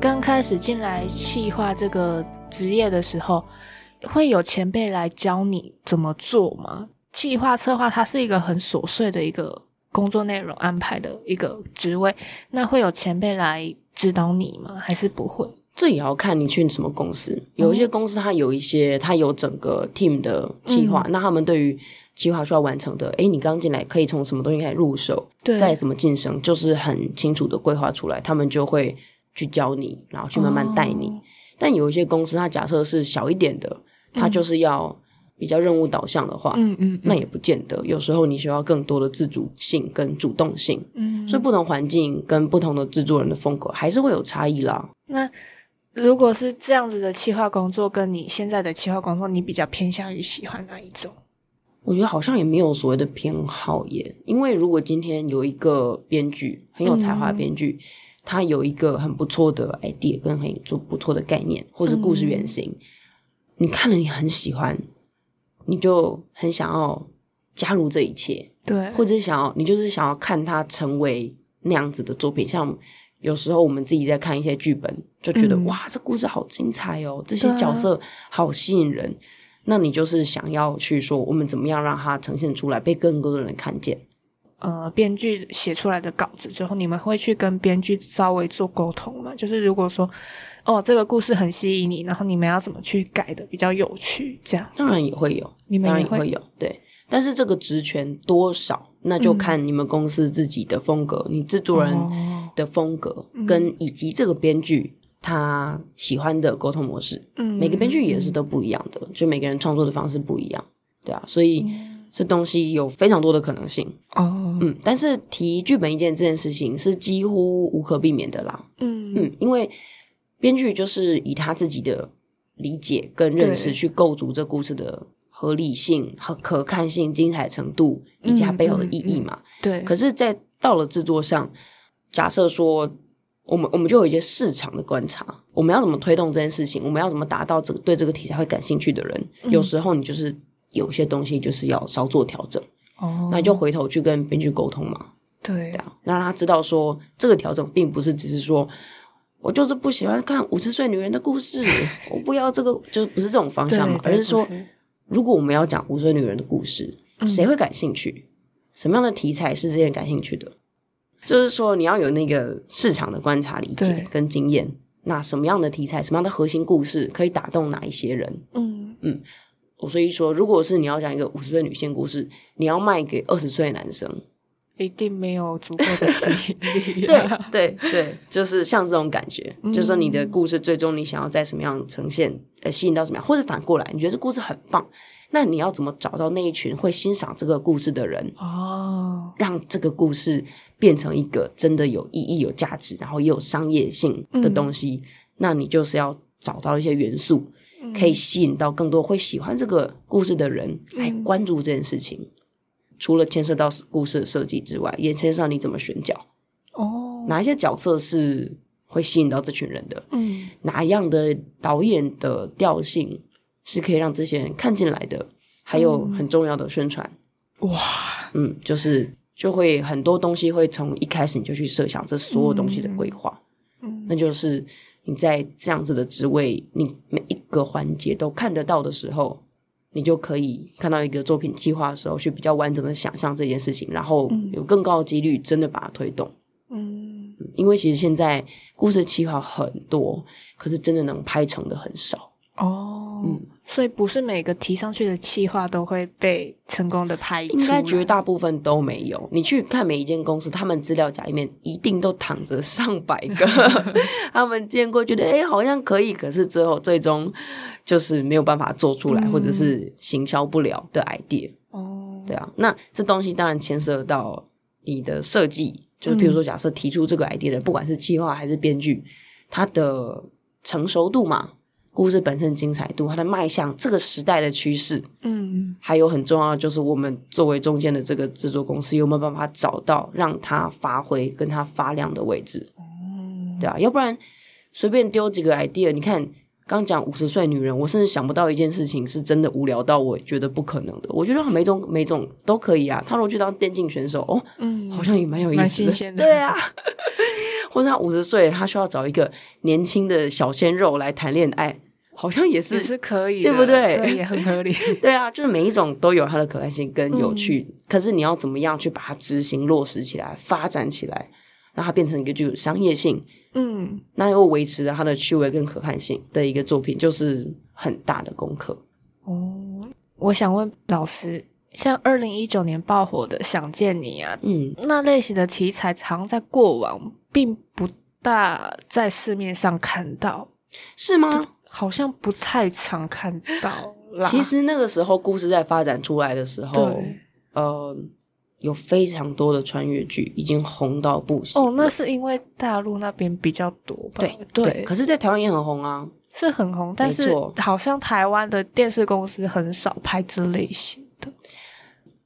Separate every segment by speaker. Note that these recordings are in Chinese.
Speaker 1: 刚开始进来企划这个职业的时候，会有前辈来教你怎么做吗？企划策划它是一个很琐碎的一个工作内容安排的一个职位，那会有前辈来指导你吗？还是不会？
Speaker 2: 这也要看你去什么公司，有一些公司它有一些，它有整个 team 的计划，
Speaker 1: 嗯
Speaker 2: 那他们对于计划需要完成的，诶，你刚进来可以从什么东西开始入手，
Speaker 1: 对
Speaker 2: 再怎么晋升，就是很清楚的规划出来，他们就会去教你，然后去慢慢带你。
Speaker 1: 哦
Speaker 2: 但有一些公司，它假设是小一点的，它就是要比较任务导向的话，
Speaker 1: 嗯嗯，
Speaker 2: 哦那也不见得，有时候你需要更多的自主性跟主动性，
Speaker 1: 嗯，
Speaker 2: 所以不同环境跟不同的制作人的风格还是会有差异啦。
Speaker 1: 那如果是这样子的企划工作，跟你现在的企划工作，你比较偏向于喜欢哪一种？
Speaker 2: 我觉得好像也没有所谓的偏好耶，因为如果今天有一个编剧很有才华的编剧，他有一个很不错的 idea 跟很做不错的概念或者故事原型，你看了你很喜欢，你就很想要加入这一切，
Speaker 1: 对，
Speaker 2: 或者是想要你就是想要看他成为那样子的作品，像。有时候我们自己在看一些剧本，就觉得、
Speaker 1: 嗯
Speaker 2: 哇，这故事好精彩哦，这些
Speaker 1: 对啊
Speaker 2: 角色好吸引人。那你就是想要去说，我们怎么样让它呈现出来，被更多的人看见？
Speaker 1: 呃，编剧写出来的稿子之后，你们会去跟编剧稍微做沟通吗？就是如果说，哦，这个故事很吸引你，然后你们要怎么去改的比较有趣？这样，
Speaker 2: 当然也会有，
Speaker 1: 你们
Speaker 2: 当然
Speaker 1: 也
Speaker 2: 也
Speaker 1: 会
Speaker 2: 会有，对。但是这个职权多少，那
Speaker 1: 嗯
Speaker 2: 就看你们公司自己的风格，你制作人
Speaker 1: 哦
Speaker 2: 的风格，跟以及这个编剧他喜欢的沟通模式。
Speaker 1: 嗯
Speaker 2: 每个编剧也是都不一样的，就每个人创作的方式不一样，对啊，所以
Speaker 1: 嗯
Speaker 2: 这东西有非常多的可能性。
Speaker 1: 哦，
Speaker 2: 嗯，但是提剧本意见这件事情是几乎无可避免的啦。
Speaker 1: 嗯
Speaker 2: 嗯，因为编剧就是以他自己的理解跟认识
Speaker 1: 对
Speaker 2: 去构筑这故事的合理性、和可看性、精彩程度以及它
Speaker 1: 嗯
Speaker 2: 背后的
Speaker 1: 嗯
Speaker 2: 意义嘛。
Speaker 1: 对，
Speaker 2: 可是在，到了制作上，假设说我们我们就有一些市场的观察，我们要怎么推动这件事情，我们要怎么达到这个对这个题材会感兴趣的人，有时候你就是有些东西就是要稍作调整，
Speaker 1: 哦，
Speaker 2: 那你就回头去跟编剧沟通嘛。
Speaker 1: 对
Speaker 2: 对，啊，那让他知道说这个调整并不是只是说我就是不喜欢看五十岁女人的 故事，我不要这个，就是不是这种方向嘛，
Speaker 1: 对
Speaker 2: 而是说
Speaker 1: 不
Speaker 2: 如果我们要讲五十岁女人的故事，
Speaker 1: 嗯
Speaker 2: 谁会感兴趣？什么样的题材是这些人感兴趣的？就是说你要有那个市场的观察、理
Speaker 1: 对
Speaker 2: 解跟经验。那什么样的题材，什么样的核心故事可以打动哪一些人？
Speaker 1: 嗯，
Speaker 2: 我所以说，如果是你要讲一个五十岁女性故事，你要卖给二十岁的男生，
Speaker 1: 一定没有足够的吸引力、啊
Speaker 2: 对对对，就是像这种感觉，就是说你的故事最终你想要在什么样呈现，呃，吸引到什么样，或者反过来，你觉得这故事很棒，那你要怎么找到那一群会欣赏这个故事的人，
Speaker 1: 哦，
Speaker 2: 让这个故事变成一个真的有意义、有价值，然后也有商业性的东西？那你就是要找到一些元素，
Speaker 1: 嗯
Speaker 2: 可以吸引到更多会喜欢这个故事的人来关注这件事情。除了牵涉到故事的设计之外，也牵涉到你怎么选角。
Speaker 1: 哦，
Speaker 2: 哪一些角色是会吸引到这群人的？
Speaker 1: 嗯
Speaker 2: 哪样的导演的调性是可以让这些人看进来的？还有很重要的宣传，哇，嗯，就是就会很多东西会从一开始你就去设想这所有东西的规划，
Speaker 1: 嗯
Speaker 2: 那就是你在这样子的职位，你每一个环节都看得到的时候。你就可以看到一个作品计划的时候，去比较完整的想象这件事情，然后有更高的几率真的把它推动。
Speaker 1: 嗯，
Speaker 2: 因为其实现在故事企划很多，可是真的能拍成的很少。
Speaker 1: 哦，
Speaker 2: 嗯
Speaker 1: 所以不是每个提上去的企划都会被成功的拍出来，
Speaker 2: 应该绝大部分都没有。你去看每一间公司，他们资料夹里面一定都躺着上百 个他们见过，觉得哎、诶好像可以，可是最后最终就是没有办法做出来，或者是行销不了的 idea。
Speaker 1: 哦，
Speaker 2: 对啊，那这东西当然牵涉到你的设计，就是譬如说，假设提出这个 idea 的，不管是企划还是编剧，它的成熟度嘛，故事本身精彩度，它的卖相，这个时代的趋势，
Speaker 1: 嗯
Speaker 2: 还有很重要的就是我们作为中间的这个制作公司，有没有办法找到让它发挥跟
Speaker 1: 哦
Speaker 2: 它发亮的位置？对啊，要不然随便丢几个 idea，你看刚讲五十岁女人，我甚至想不到一件事情是真的无聊到我觉得不可能的。我觉得每种每种都可以啊。他如果去当电竞选手，哦，
Speaker 1: 嗯
Speaker 2: 好像也蛮有意
Speaker 1: 蛮
Speaker 2: 思的，
Speaker 1: 新鲜的
Speaker 2: 对啊。 或者他五十岁，他需要找一个年轻的小鲜肉来谈恋爱，好像也
Speaker 1: 只
Speaker 2: 是
Speaker 1: 是可以的，
Speaker 2: 对不对
Speaker 1: 对，也很 合理。
Speaker 2: 对啊，就是每一种都有它的可爱性跟有趣，
Speaker 1: 嗯
Speaker 2: 可是你要怎么样去把它执行落实起来、发展起来，让它变成一个具有商业性，
Speaker 1: 嗯，
Speaker 2: 那又维持了它的趣味跟可看性的一个作品，就是很大的功课。
Speaker 1: 哦，我想问老师，像二零一九年爆火的《想见你》啊，
Speaker 2: 嗯，
Speaker 1: 那类型的题材，常在过往并不大在市面上看到，
Speaker 2: 是吗？
Speaker 1: 好像不太常看到啦。
Speaker 2: 其实那个时候故事在发展出来的时候
Speaker 1: 对，
Speaker 2: 呃，有非常多的穿越剧已经红到不行了。
Speaker 1: 哦，那是因为大陆那边比较多吧？
Speaker 2: 对
Speaker 1: 对，
Speaker 2: 可是，在台湾也很红啊。
Speaker 1: 是很红，但是
Speaker 2: 错
Speaker 1: 好像台湾的电视公司很少拍这类型的。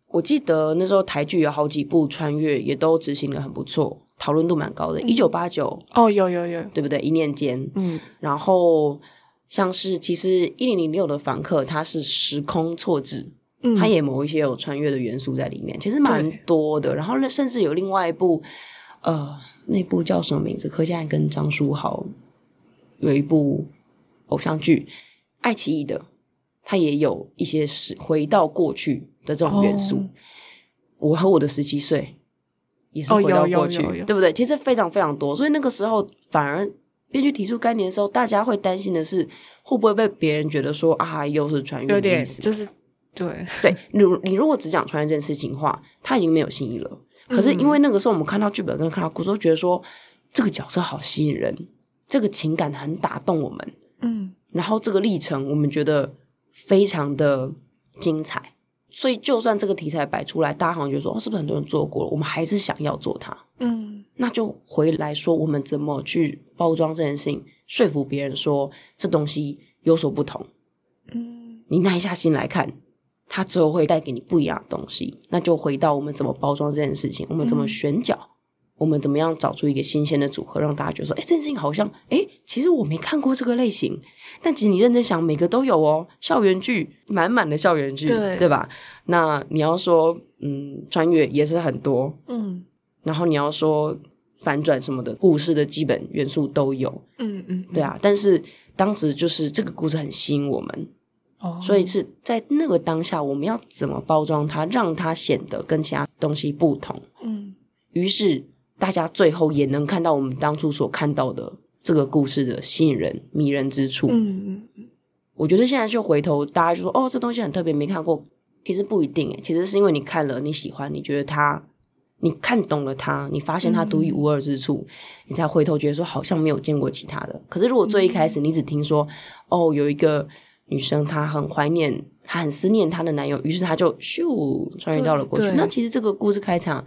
Speaker 2: 我记得那时候台剧有好几部穿越，也都执行的很不错，讨论度蛮高的。一九八九，
Speaker 1: 哦，有有有，
Speaker 2: 对不对？一念间，
Speaker 1: 嗯，
Speaker 2: 然后像是其实一零零六的房客，它是时空错置，
Speaker 1: 嗯
Speaker 2: 它也某一些有穿越的元素在里面，其实蛮
Speaker 1: 对
Speaker 2: 多的。然后那甚至有另外一部，呃，那部叫什么名字？柯佳嬿跟张书豪有一部偶像剧，爱奇艺的，它也有一些是回到过去的这种元素。
Speaker 1: 哦
Speaker 2: 我和我的十七岁也是
Speaker 1: 哦
Speaker 2: 回到
Speaker 1: 有有
Speaker 2: 过去，
Speaker 1: 有有
Speaker 2: 对不对？其实非常非常多，所以那个时候反而编剧提出概念的时候，大家会担心的是会不会被别人觉得说啊，又是穿越
Speaker 1: 有
Speaker 2: 的
Speaker 1: 点
Speaker 2: 意思
Speaker 1: 就是对，
Speaker 2: 对，你如你如果只讲穿越这件事情的话，它已经没有新意了。可是因为那个时候我们看到剧本跟看到故事，都觉得说这个角色好吸引人，这个情感很打动我们，
Speaker 1: 嗯
Speaker 2: 然后这个历程我们觉得非常的精彩。所以就算这个题材摆出来，大家好像就说、哦、是不是很多人做过了，我们还是想要做它。
Speaker 1: 嗯
Speaker 2: 那就回来说，我们怎么去包装这件事情，说服别人说这东西有所不同。
Speaker 1: 嗯，
Speaker 2: 你耐下心来看，它之后会带给你不一样的东西。那就回到我们怎么包装这件事情，我们怎么选角，我们怎么样找出一个新鲜的组合，让大家觉得说，哎，这件事情好像，哎，其实我没看过这个类型，但其实你认真想，每个都有哦。校园剧满满的校园剧，
Speaker 1: 对
Speaker 2: 吧？那你要说，嗯，穿越也是很多，
Speaker 1: 嗯
Speaker 2: 然后你要说反转什么的，故事的基本元素都有，
Speaker 1: 嗯嗯，
Speaker 2: 对啊。但是当时就是这个故事很吸引我们，
Speaker 1: 哦，
Speaker 2: 所以是在那个当下，我们要怎么包装它，让它显得跟其他东西不同。
Speaker 1: 嗯
Speaker 2: 于是大家最后也能看到我们当初所看到的这个故事的吸引人、迷人之处。
Speaker 1: 嗯嗯
Speaker 2: 我觉得现在就回头，大家就说哦，这东西很特别，没看过。其实不一定欸诶，其实是因为你看了，你喜欢，你觉得它，你看懂了它，你发现它独一无二之处，你才回头觉得说好像没有见过其他的。可是如果最一开始你只听说哦，有一个女生她很怀念，她很思念她的男友，于是她就咻穿越到了过去
Speaker 1: 对。对
Speaker 2: 那其实这个故事开场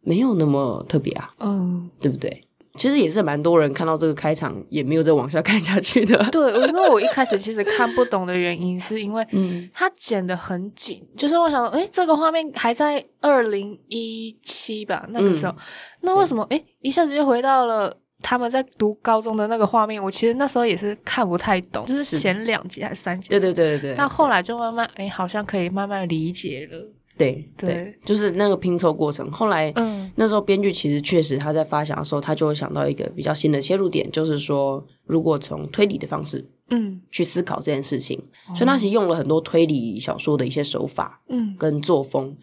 Speaker 2: 没有那么特别啊，
Speaker 1: 嗯，
Speaker 2: 对不对？其实也是蛮多人看到这个开场，也没有再往下看下去的。
Speaker 1: 对，因为我一开始其实看不懂的原因，是因为
Speaker 2: 嗯，
Speaker 1: 它剪得很紧，就是我想说，哎，这个画面还在二零一七吧，那个时
Speaker 2: 嗯
Speaker 1: 候，那为什么哎一下子就回到了他们在读高中的那个画面？我其实那时候也是看不太懂，就是
Speaker 2: 是
Speaker 1: 前两集还是三集，
Speaker 2: 对对对对对，
Speaker 1: 但后来就慢慢哎，好像可以慢慢理解了，
Speaker 2: 对
Speaker 1: 对
Speaker 2: 对，就是那个拼凑过程。后来、
Speaker 1: 嗯
Speaker 2: 那时候编剧其实确实他在发想的时候，他就会想到一个比较新的切入点，就是说如果从推理的方式
Speaker 1: 嗯
Speaker 2: 去思考这件事情，所以他其实用了很多推理小说的一些手法
Speaker 1: 嗯
Speaker 2: 跟作风。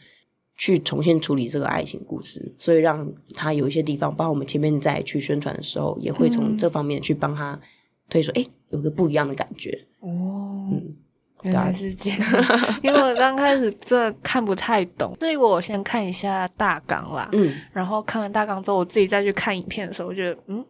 Speaker 2: 去重新处理这个爱情故事，所以让他有一些地方，包括我们前面在去宣传的时候，也会从
Speaker 1: 嗯
Speaker 2: 这方面去帮他推说，哎、有个不一样的感觉。
Speaker 1: 哦。
Speaker 2: 嗯，
Speaker 1: 原来是这样， 因为我刚开始这看不太懂， 所以我先看一下大纲啦。
Speaker 2: 嗯，
Speaker 1: 然后看完大纲之后，我自己再去看影片的时候，我觉得嗯，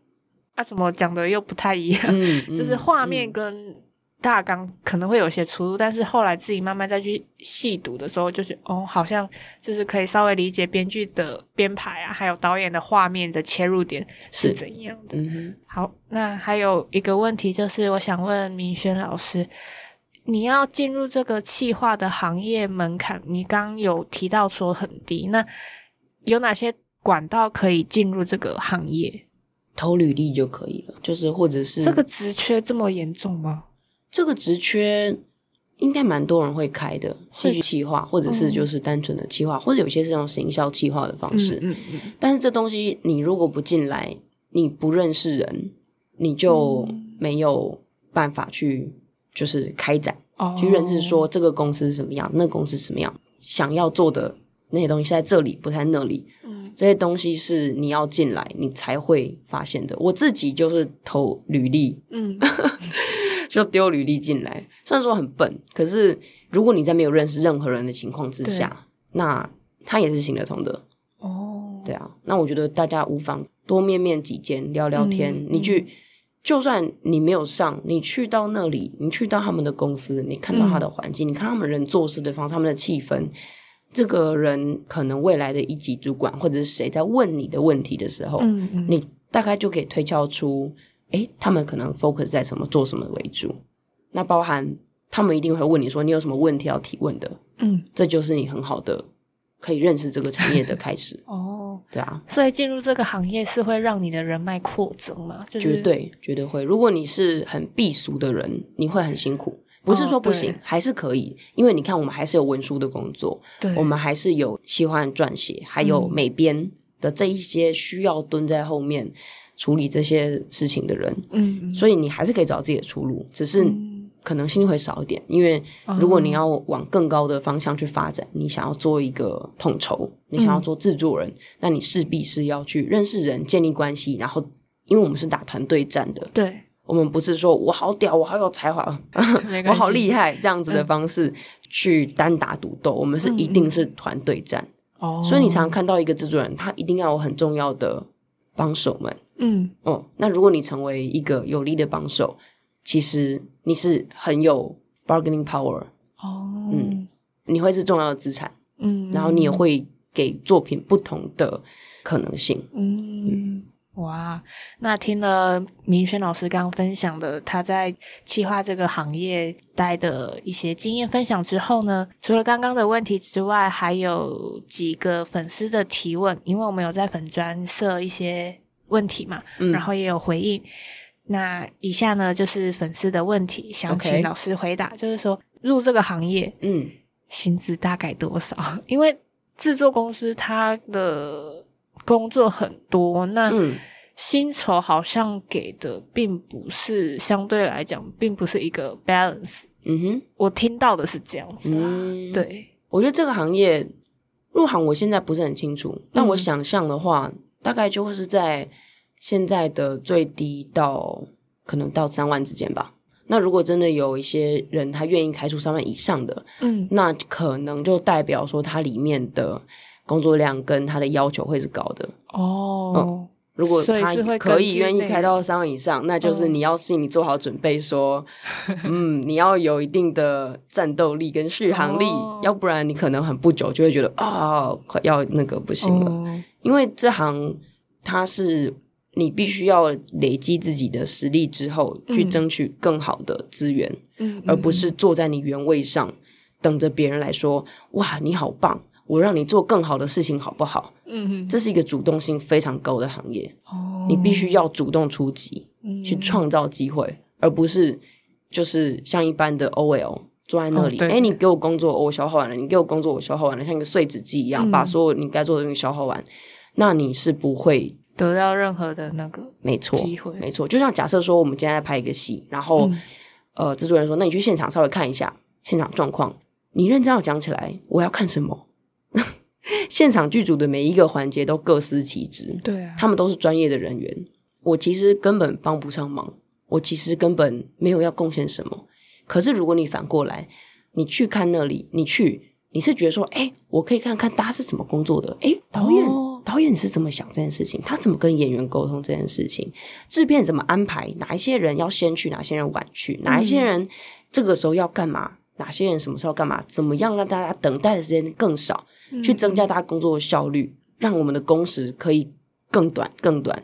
Speaker 1: 啊，怎么讲的又不太一样？
Speaker 2: 嗯，嗯
Speaker 1: 就是画面跟大纲可能会有些出入，但是后来自己慢慢再去细读的时候，就是哦，好像就是可以稍微理解编剧的编排啊，还有导演的画面的切入点是
Speaker 2: 是
Speaker 1: 怎样的。
Speaker 2: 嗯哼
Speaker 1: 好，那还有一个问题就是，我想问明轩老师，你要进入这个企划的行业门槛，你刚有提到说很低，那有哪些管道可以进入这个行业？
Speaker 2: 投履历就可以了，就是或者是
Speaker 1: 这个职缺这么严重吗？
Speaker 2: 这个职缺应该蛮多人会开的，戏剧企划，或者
Speaker 1: 嗯
Speaker 2: 是就是单纯的企划，或者有些是用行销企划的方式。
Speaker 1: 嗯嗯嗯，
Speaker 2: 但是这东西你如果不进来，你不认识人，你就
Speaker 1: 嗯
Speaker 2: 没有办法去就是开展，
Speaker 1: 哦
Speaker 2: 去嗯认识说这个公司是什么样，那个公司是什么样，想要做的那些东西是在这里，不在那里。
Speaker 1: 嗯，
Speaker 2: 这些东西是你要进来，你才会发现的。我自己就是投履历，
Speaker 1: 嗯，
Speaker 2: 就丢履历进来。虽然说很笨，可是如果你在没有认识任何人的情况之下，那它也是行得通的。
Speaker 1: 哦，
Speaker 2: 对啊，那我觉得大家无妨多面面几间聊聊天。
Speaker 1: 嗯
Speaker 2: 你去，就算你没有上，你去到那里，你去到他们的公司，你看到他的环
Speaker 1: 嗯
Speaker 2: 境，你看他们人做事的方式，他们的气氛，这个人可能未来的一级主管或者是谁在问你的问题的时候，
Speaker 1: 嗯嗯，
Speaker 2: 你大概就可以推敲出，诶，他们可能 focus 在什么，做什么为主。那包含他们一定会问你说，你有什么问题要提问的，
Speaker 1: 嗯，
Speaker 2: 这就是你很好的可以认识这个产业的开始
Speaker 1: 哦，
Speaker 2: 对啊。
Speaker 1: 所以进入这个行业是会让你的人脉扩增吗？就是、
Speaker 2: 绝对绝对会。如果你是很避俗的人，你会很辛苦。不是说不行，
Speaker 1: 对
Speaker 2: 还是可以，因为你看，我们还是有文书的工作，
Speaker 1: 对，
Speaker 2: 我们还是有喜欢撰写，还有美编的这一些需要蹲在后面处理这些事情的人，
Speaker 1: 嗯嗯
Speaker 2: 所以你还是可以找自己的出路，只是
Speaker 1: 嗯哦
Speaker 2: 可能性会少一点。因为如果你要往更高的方向去发展，你想要做一个统筹，你想要做制作
Speaker 1: 嗯
Speaker 2: 人，那你势必是要去认识人、建立关系，然后因为我们是打团队战的，
Speaker 1: 对，
Speaker 2: 我们不是说我好屌，我好有才华，
Speaker 1: 没关
Speaker 2: 我
Speaker 1: 系
Speaker 2: 好厉害这样子的方式去单打独斗，我们是一定是团队战。
Speaker 1: 哦，
Speaker 2: 所以你常常看到一个制作人，他一定要有很重要的帮手们。
Speaker 1: 嗯
Speaker 2: 哦，那如果你成为一个有力的帮手，其实你是很有 bargaining power，
Speaker 1: 哦
Speaker 2: 嗯你会是重要的资产，
Speaker 1: 嗯，
Speaker 2: 然后你也会给作品不同的可能性。
Speaker 1: 嗯，哇，那听了明轩老师刚刚分享的他在企划这个行业待的一些经验分享之后呢，除了刚刚的问题之外，还有几个粉丝的提问，因为我们有在粉专设一些问题嘛，
Speaker 2: 嗯
Speaker 1: 然后也有回应。那以下呢就是粉丝的问题，想
Speaker 2: OK
Speaker 1: 请老师回答就是说入这个行业
Speaker 2: 嗯，
Speaker 1: 薪资大概多少？ 因为制作公司它的工作很多，那
Speaker 2: 嗯
Speaker 1: 薪酬好像给的并不是相对来讲，并不是一个 balance。
Speaker 2: 嗯哼，
Speaker 1: 我听到的是这样子啊，
Speaker 2: 嗯，
Speaker 1: 对，
Speaker 2: 我觉得这个行业入行，我现在不是很清楚。但我想象的话，大概就会是在现在的最低到可能到三万之间吧。那如果真的有一些人他愿意开出三万以上的，
Speaker 1: 嗯
Speaker 2: 那可能就代表说它里面的工作量跟他的要求会是高的。
Speaker 1: 哦，
Speaker 2: 如果
Speaker 1: 所以
Speaker 2: 他
Speaker 1: 是会
Speaker 2: 可
Speaker 1: 根
Speaker 2: 以
Speaker 1: 据
Speaker 2: 愿意
Speaker 1: 内
Speaker 2: 开到三万以上，那就是
Speaker 1: 嗯
Speaker 2: 你要心里做好准备说， 嗯，你要有一定的战斗力跟续航力，
Speaker 1: 哦
Speaker 2: 要不然你可能很不久就会觉得啊、快要那个不行了。
Speaker 1: 哦
Speaker 2: 因为这行它是你必须要累积自己的实力之后，去
Speaker 1: 嗯
Speaker 2: 争取更好的资源，
Speaker 1: 嗯，
Speaker 2: 而不是坐在你原位上等着别人来说，哇，你好棒，我让你做更好的事情好不好？
Speaker 1: 嗯，嗯
Speaker 2: 这是一个主动性非常高的行业。
Speaker 1: 哦，嗯
Speaker 2: 你必须要主动出击，去创造机会，而不是就是像一般的 OL 坐在那
Speaker 1: 哦
Speaker 2: 里，哎、
Speaker 1: 对
Speaker 2: 你给我工作，我消耗完了；你给我工作，我消耗完了，像一个碎纸机一样，
Speaker 1: 嗯
Speaker 2: 把所有你该做的东西消耗完，那你是不会。
Speaker 1: 得到任何的那个
Speaker 2: 没错
Speaker 1: 机会，
Speaker 2: 没错。就像假设说，我们今天在拍一个戏，然后、
Speaker 1: 嗯
Speaker 2: 呃，制作人说，那你去现场稍微看一下现场状况，你认真要讲起来，我要看什么？ 现场剧组的每一个环节都各司其职，
Speaker 1: 对啊，
Speaker 2: 他们都是专业的人员，我其实根本帮不上忙，我其实根本没有要贡献什么。可是如果你反过来，你去看那里，你去，你是觉得说，哎、我可以看看大家是怎么工作的，哎、导演、
Speaker 1: 哦
Speaker 2: 导演是怎么想这件事情，他怎么跟演员沟通这件事情，制片怎么安排，哪一些人要先去，哪些人晚去，哪一些人这个时候要干嘛。哪些人什么时候干嘛？怎么样让大家等待的时间更少，
Speaker 1: 嗯
Speaker 2: 去增加大家工作的效率，让我们的工时可以更短、更短。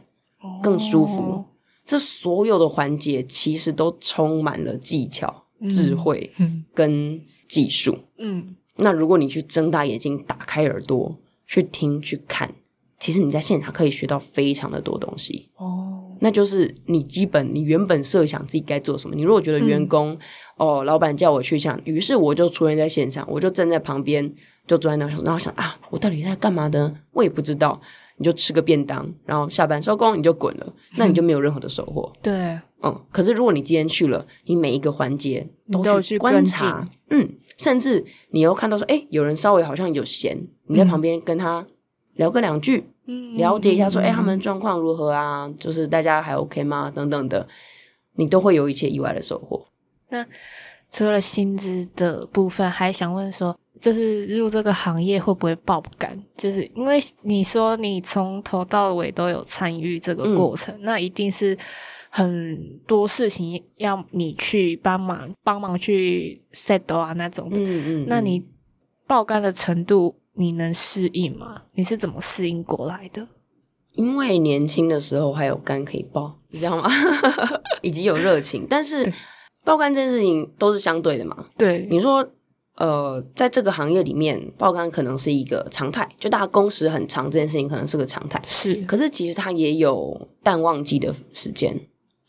Speaker 2: 更舒服
Speaker 1: 哦
Speaker 2: 这所有的环节其实都充满了技巧、
Speaker 1: 嗯
Speaker 2: 智慧
Speaker 1: 嗯
Speaker 2: 跟技术。
Speaker 1: 嗯
Speaker 2: 那如果你去睁大眼睛、打开耳朵去听、去看，其实你在现场可以学到非常的多东西。
Speaker 1: 哦，
Speaker 2: 那就是你基本你原本设想自己该做什么。你如果觉得员工、哦，老板叫我去想，于是我就出现在现场，我就站在旁边，就坐在那想，然后想啊，我到底在干嘛的呢？我也不知道。你就吃个便当，然后下班收工你就滚了，那你就没有任何的收获。
Speaker 1: 对，啊
Speaker 2: 嗯，可是如果你今天去了，你每一个环节
Speaker 1: 你都有去
Speaker 2: 去观
Speaker 1: 跟
Speaker 2: 察，嗯，甚至你又看到说，哎、有人稍微好像有闲，你在旁边跟他聊个两句，
Speaker 1: 嗯
Speaker 2: 了解一下说，哎、他们状况如何啊？就是大家还 OK 吗？等等的，你都会有一些意外的收获。
Speaker 1: 除了薪资的部分，还想问说，就是入这个行业会不会爆肝？就是因为你说你从头到尾都有参与这个过程，
Speaker 2: 嗯
Speaker 1: 那一定是很多事情要你去帮忙帮忙去 set 啊那种的。
Speaker 2: 嗯嗯，
Speaker 1: 那你爆肝的程度，你能适应吗？你是怎么适应过来的？
Speaker 2: 因为年轻的时候还有肝可以爆，你知道吗？ 以及有热情，但是
Speaker 1: 对
Speaker 2: 爆肝这件事情都是相对的嘛，
Speaker 1: 对，
Speaker 2: 你说，呃，在这个行业里面，爆肝可能是一个常态，就大家工时很长这件事情可能是个常态。
Speaker 1: 是
Speaker 2: 可是其实它也有淡旺季的时间，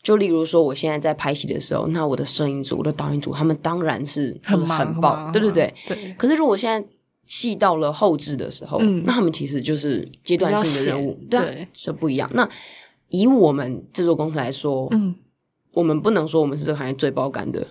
Speaker 2: 就例如说我现在在拍戏的时候，那我的摄影组、我的导演组，他们当然是
Speaker 1: 很
Speaker 2: 就是
Speaker 1: 忙，
Speaker 2: 很
Speaker 1: 忙
Speaker 2: 爆，对对对。
Speaker 1: 对，
Speaker 2: 可是如果现在戏到了后置的时候，
Speaker 1: 嗯
Speaker 2: 那他们其实就是阶段性的任务
Speaker 1: 比，较
Speaker 2: 对
Speaker 1: 闲
Speaker 2: 啊，就不一样。那以我们制作公司来说，
Speaker 1: 嗯，
Speaker 2: 我们不能说我们是这个行业最爆 肝的，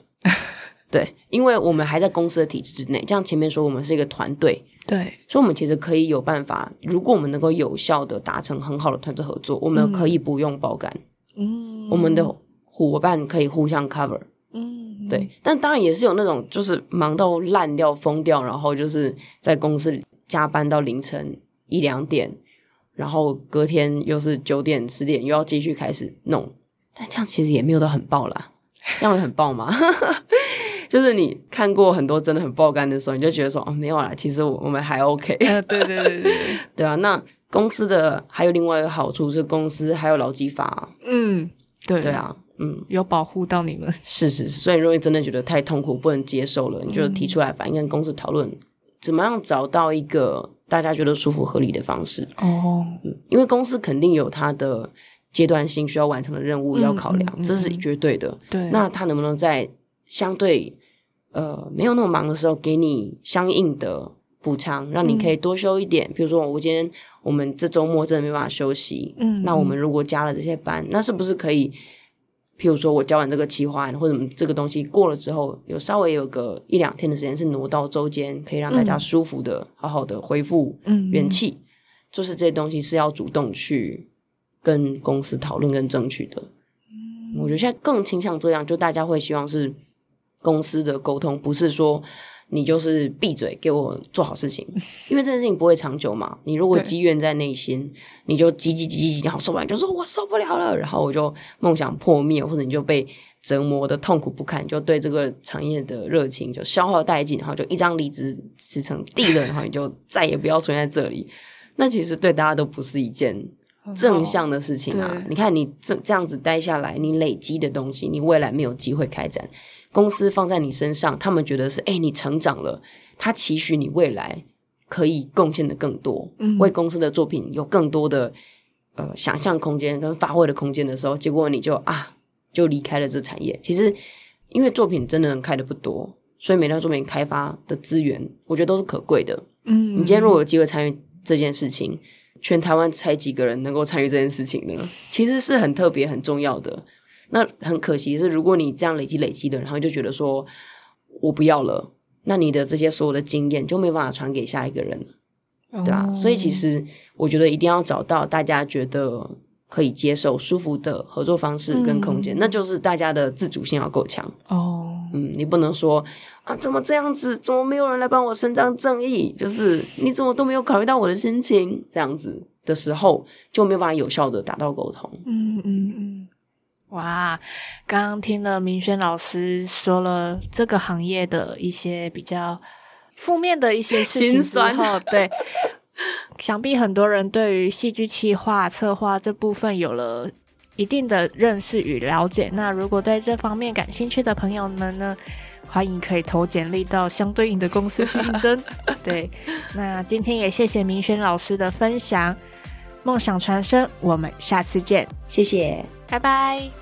Speaker 2: 对，因为我们还在公司的体制之内。这样前面说我们是一个团队，
Speaker 1: 对，
Speaker 2: 所以我们其实可以有办法，如果我们能够有效的达成很好的团队合作，我们可以不用爆肝，
Speaker 1: 嗯，
Speaker 2: 我们的伙伴可以互相 cover。
Speaker 1: 嗯，
Speaker 2: 对，但当然也是有那种就是忙到烂掉、疯掉，然后就是在公司加班到凌晨一两点，然后隔天又是九点十点又要继续开始弄，但这样其实也没有到很爆啦，这样会很爆吗？ 就是你看过很多真的很爆肝的时候，你就觉得说哦没有啦，其实我我们还 OK，
Speaker 1: 呃，对对对对对，
Speaker 2: 对啊。那公司的还有另外一个好处是，公司还有劳基法啊，
Speaker 1: 嗯，对
Speaker 2: 对，啊，嗯，
Speaker 1: 有保护到你们，
Speaker 2: 是是是，所以如果你真的觉得太痛苦不能接受了，你就
Speaker 1: 嗯
Speaker 2: 提出来，反正跟公司讨论怎么样找到一个大家觉得舒服合理的方式，
Speaker 1: 哦，
Speaker 2: 因为公司肯定有它的阶段性需要完成的任务
Speaker 1: 嗯
Speaker 2: 要考量，
Speaker 1: 嗯嗯
Speaker 2: 这是绝对的。
Speaker 1: 对，
Speaker 2: 那他能不能在相对呃没有那么忙的时候给你相应的补偿，让你可以多休一点？比如说我今天我们这周末真的没办法休息，
Speaker 1: 嗯
Speaker 2: 那我们如果加了这些班，那是不是可以？譬如说我交完这个企划案或者什么这个东西过了之后，有稍微有个一两天的时间是挪到周间，可以让大家舒服的、好好的恢复
Speaker 1: 嗯
Speaker 2: 元气。就是这些东西是要主动去跟公司讨论跟争取的。
Speaker 1: 嗯
Speaker 2: 我觉得现在更倾向这样，就大家会希望是公司的沟通，不是说你就是闭嘴给我做好事情，因为这件事情不会长久嘛。你如果
Speaker 1: 对
Speaker 2: 积怨在内心，你就积积积积，然后受不了，你就说我受不了了，然后我就梦想破灭，或者你就被折磨的痛苦不堪，你就对这个产业的热情就消耗殆尽，然后就一张离职辞成地了，然后你就再也不要出现在这里。那其实对大家都不是一件
Speaker 1: 很好
Speaker 2: 正向的事情啊
Speaker 1: 对！
Speaker 2: 你看，你这这样子待下来，你累积的东西，你未来没有机会开展。公司放在你身上，他们觉得是哎、你成长了，他期许你未来可以贡献的更多，
Speaker 1: 嗯
Speaker 2: 为公司的作品有更多的呃想象空间跟发挥的空间的时候，结果你就啊就离开了这产业。其实，因为作品真的能开的不多，所以每辆作品开发的资源，我觉得都是可贵的。
Speaker 1: 嗯，
Speaker 2: 你今天如果有机会参与这件事情，全台湾才几个人能够参与这件事情呢？其实是很特别、很重要的。那很可惜是，如果你这样累积累积的，然后就觉得说我不要了，那你的这些所有的经验就没办法传给下一个人了，
Speaker 1: 哦
Speaker 2: 对吧、所以其实我觉得一定要找到大家觉得可以接受、舒服的合作方式跟空
Speaker 1: 嗯
Speaker 2: 间，那就是大家的自主性要够强。
Speaker 1: 哦，
Speaker 2: 嗯，你不能说啊，怎么这样子？怎么没有人来帮我伸张正义？就是你怎么都没有考虑到我的心情，这样子的时候就没有办法有效的达到沟通。
Speaker 1: 嗯嗯嗯，哇，刚刚听了明轩老师说了这个行业的一些比较负面的一些事情
Speaker 2: 心
Speaker 1: 之
Speaker 2: 酸
Speaker 1: 后，对。想必很多人对于戏剧企划、策划这部分有了一定的认识与了解。那如果对这方面感兴趣的朋友们呢，欢迎可以投简历到相对应的公司去应 征。对，那今天也谢谢明轩老师的分享，梦想传声，我们下次见。
Speaker 2: 谢谢。
Speaker 1: 拜拜。